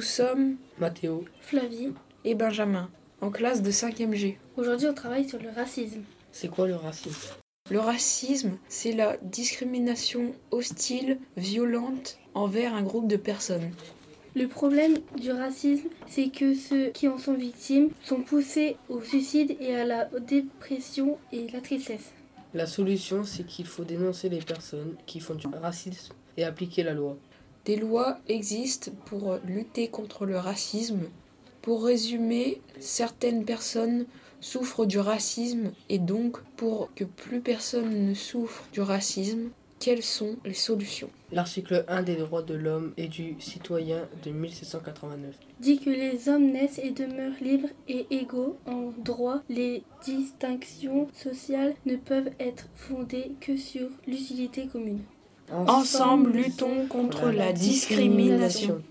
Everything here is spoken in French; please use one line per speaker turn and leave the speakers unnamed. sommes Mathéo
Flavie,
et Benjamin, en classe de 5e G.
aujourd'hui on travaille sur le racisme.
C'est quoi le racisme
Le racisme, c'est la discrimination hostile, violente envers un groupe de personnes.
Le problème du racisme, c'est que ceux qui en sont victimes sont poussés au suicide et à la dépression et la tristesse.
La solution, c'est qu'il faut dénoncer les personnes qui font du racisme et appliquer la loi.
Des lois existent pour lutter contre le racisme. Pour résumer, certaines personnes souffrent du racisme et donc pour que plus personne ne souffre du racisme, quelles sont les solutions
L'article 1 des droits de l'homme et du citoyen de 1789.
Dit que les hommes naissent et demeurent libres et égaux en droit, les distinctions sociales ne peuvent être fondées que sur l'utilité commune.
Ensemble, luttons contre la discrimination.